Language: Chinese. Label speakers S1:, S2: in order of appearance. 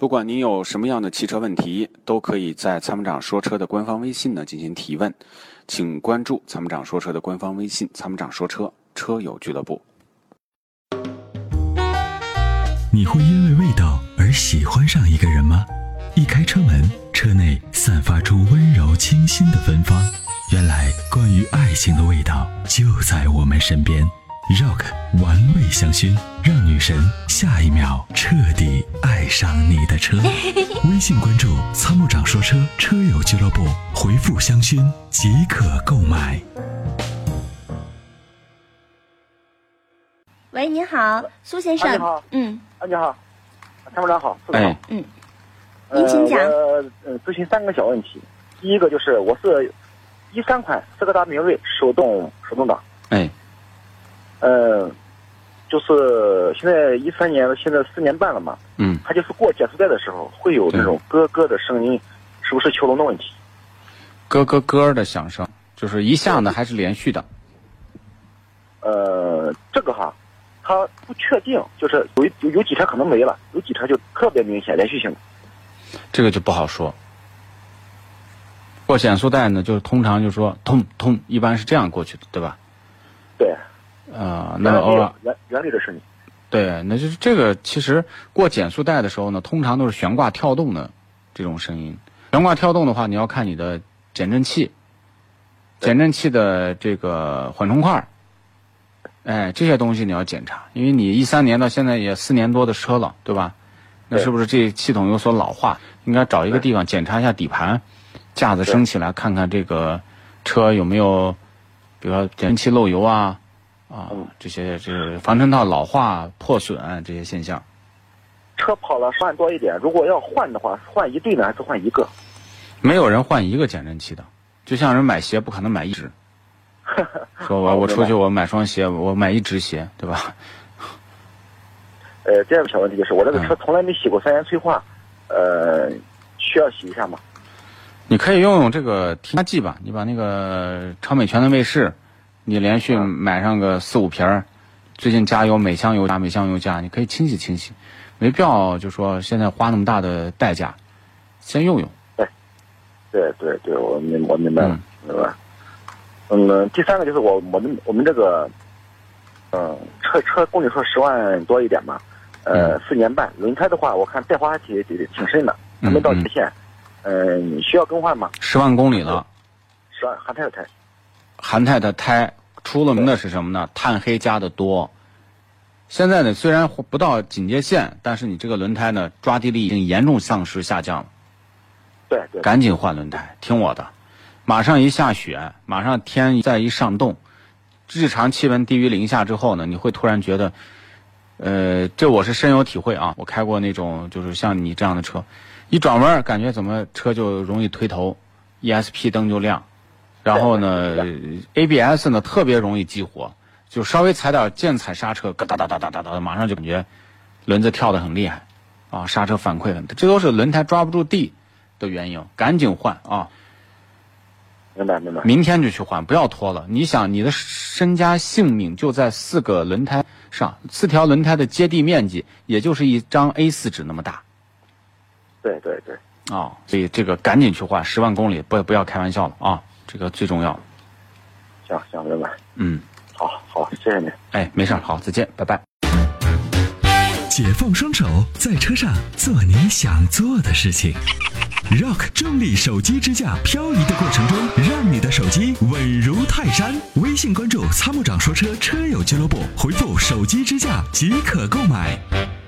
S1: 不管您有什么样的汽车问题，都可以在参谋长说车的官方微信呢进行提问，请关注参谋长说车的官方微信“参谋长说车车友俱乐部
S2: 你会因为味道而喜欢上一个人吗？一开车门，车内散发出温柔清新的芬芳。原来，关于爱情的味道就在我们身边。Rock 玩味香薰，让女神下一秒彻底爱上你的车。微信关注“参谋长说车”车友俱乐部，回复“香薰”即可购买。
S3: 喂，您好，苏先生。
S4: 啊你好
S3: 嗯，
S4: 啊，你好，参谋长好，”。司长
S1: 哎，
S4: 好
S3: 您请讲
S4: 呃，我呃咨询三个小问题。第一个就是我是一三款斯柯达明锐手动手动挡，
S1: 哎，
S4: 呃，就是现在一三年，现在四年半了嘛，
S1: 嗯，
S4: 它就是过减速带的时候会有那种咯咯的声音，是不是球笼的问题？
S1: 咯咯咯的响声，就是一下呢还是连续的。
S4: 呃，这个哈，它不确定，就是有一有有几台可能没了，有几台就特别明显连续性的。
S1: 这个就不好说。过减速带呢，就是通常就说痛痛，一般是这样过去的，对吧？
S4: 对，
S1: 呃，
S4: 原
S1: 那
S4: 来
S1: 偶尔
S4: 没有原原理的声音。
S1: 对，那就是这个。其实过减速带的时候呢，通常都是悬挂跳动的这种声音。悬挂跳动的话，你要看你的减震器，减震器的这个缓冲块儿，哎，这些东西你要检查，因为你一三年到现在也四年多的车了，对吧？那
S4: 对
S1: 是不是这系统有所老化？应该找一个地方检查一下底盘，架子升起来，看看这个车有没有，比如说减震器漏油啊，啊
S4: 嗯，
S1: 这些这个防尘套老化、破损这些现象。
S4: 车跑了十万多一点，如果要换的话，换一对呢还是换一个？
S1: 没有人换一个减震器的，就像人买鞋不可能买一 只。说我
S4: 好
S1: 我
S4: 我
S1: 出去
S4: 哦明白
S1: 我买双鞋，我买一只鞋，对吧？
S4: 呃，第二个小问题就是我这个
S1: 嗯
S4: 车从来没洗过三元催化，呃，需要洗一下吗？
S1: 你可以用用这个添加剂吧，你把那个超美全能卫士，你连续
S4: 嗯
S1: 买上个四五瓶儿，最近加油每箱油加每箱油加，你可以清洗清洗，没必要就说现在花那么大的代价，先用用。
S4: 对对对，我明我明白了
S1: 嗯，
S4: 明白了。嗯，第三个就是我我们我们这个，嗯，车车公里数十万多一点吧，呃，四年半，轮胎的话，我看带滑还挺挺挺深的，还没到
S1: 嗯嗯
S4: 极限，嗯、需要更换吗？
S1: 十万公里了，
S4: 十万含胎的胎，
S1: 韩泰的胎出了名的是什么呢？碳黑加的多。现在呢，虽然不到警戒线，但是你这个轮胎呢，抓地力已经严重丧失下降了，
S4: 对对，
S1: 赶紧换轮胎，听我的。马上一下雪，马上天再一上冻，日常气温低于零下之后呢，你会突然觉得，呃，这我是深有体会啊，我开过那种就是像你这样的车，一转弯儿感觉怎么车就容易推头，ESP 灯就亮，然后呢，ABS 呢特别容易激活，就稍微踩点键踩刹车，咯哒哒哒哒哒哒，马上就感觉轮子跳得很厉害，啊，刹车反馈很，这都是轮胎抓不住地的原因，赶紧换啊！
S4: 明白明白。
S1: 明天就去换，不要拖了。你想，你的身家性命就在四个轮胎上，四条轮胎的接地面积也就是一张 A 4纸那么大
S4: 对对对，
S1: 啊、所以这个赶紧去换，十万公里不不要开玩笑了啊！这个最重要。
S4: 行行明白，
S1: 嗯，
S4: 好好，谢谢你。
S1: 哎，没事儿，好，再见，拜拜。
S2: 解放双手，在车上做你想做的事情。Rock 重力手机支架漂移的过程中，让你的手机稳如泰山。微信关注“参谋长说车”车友俱乐部，回复“手机支架”即可购买。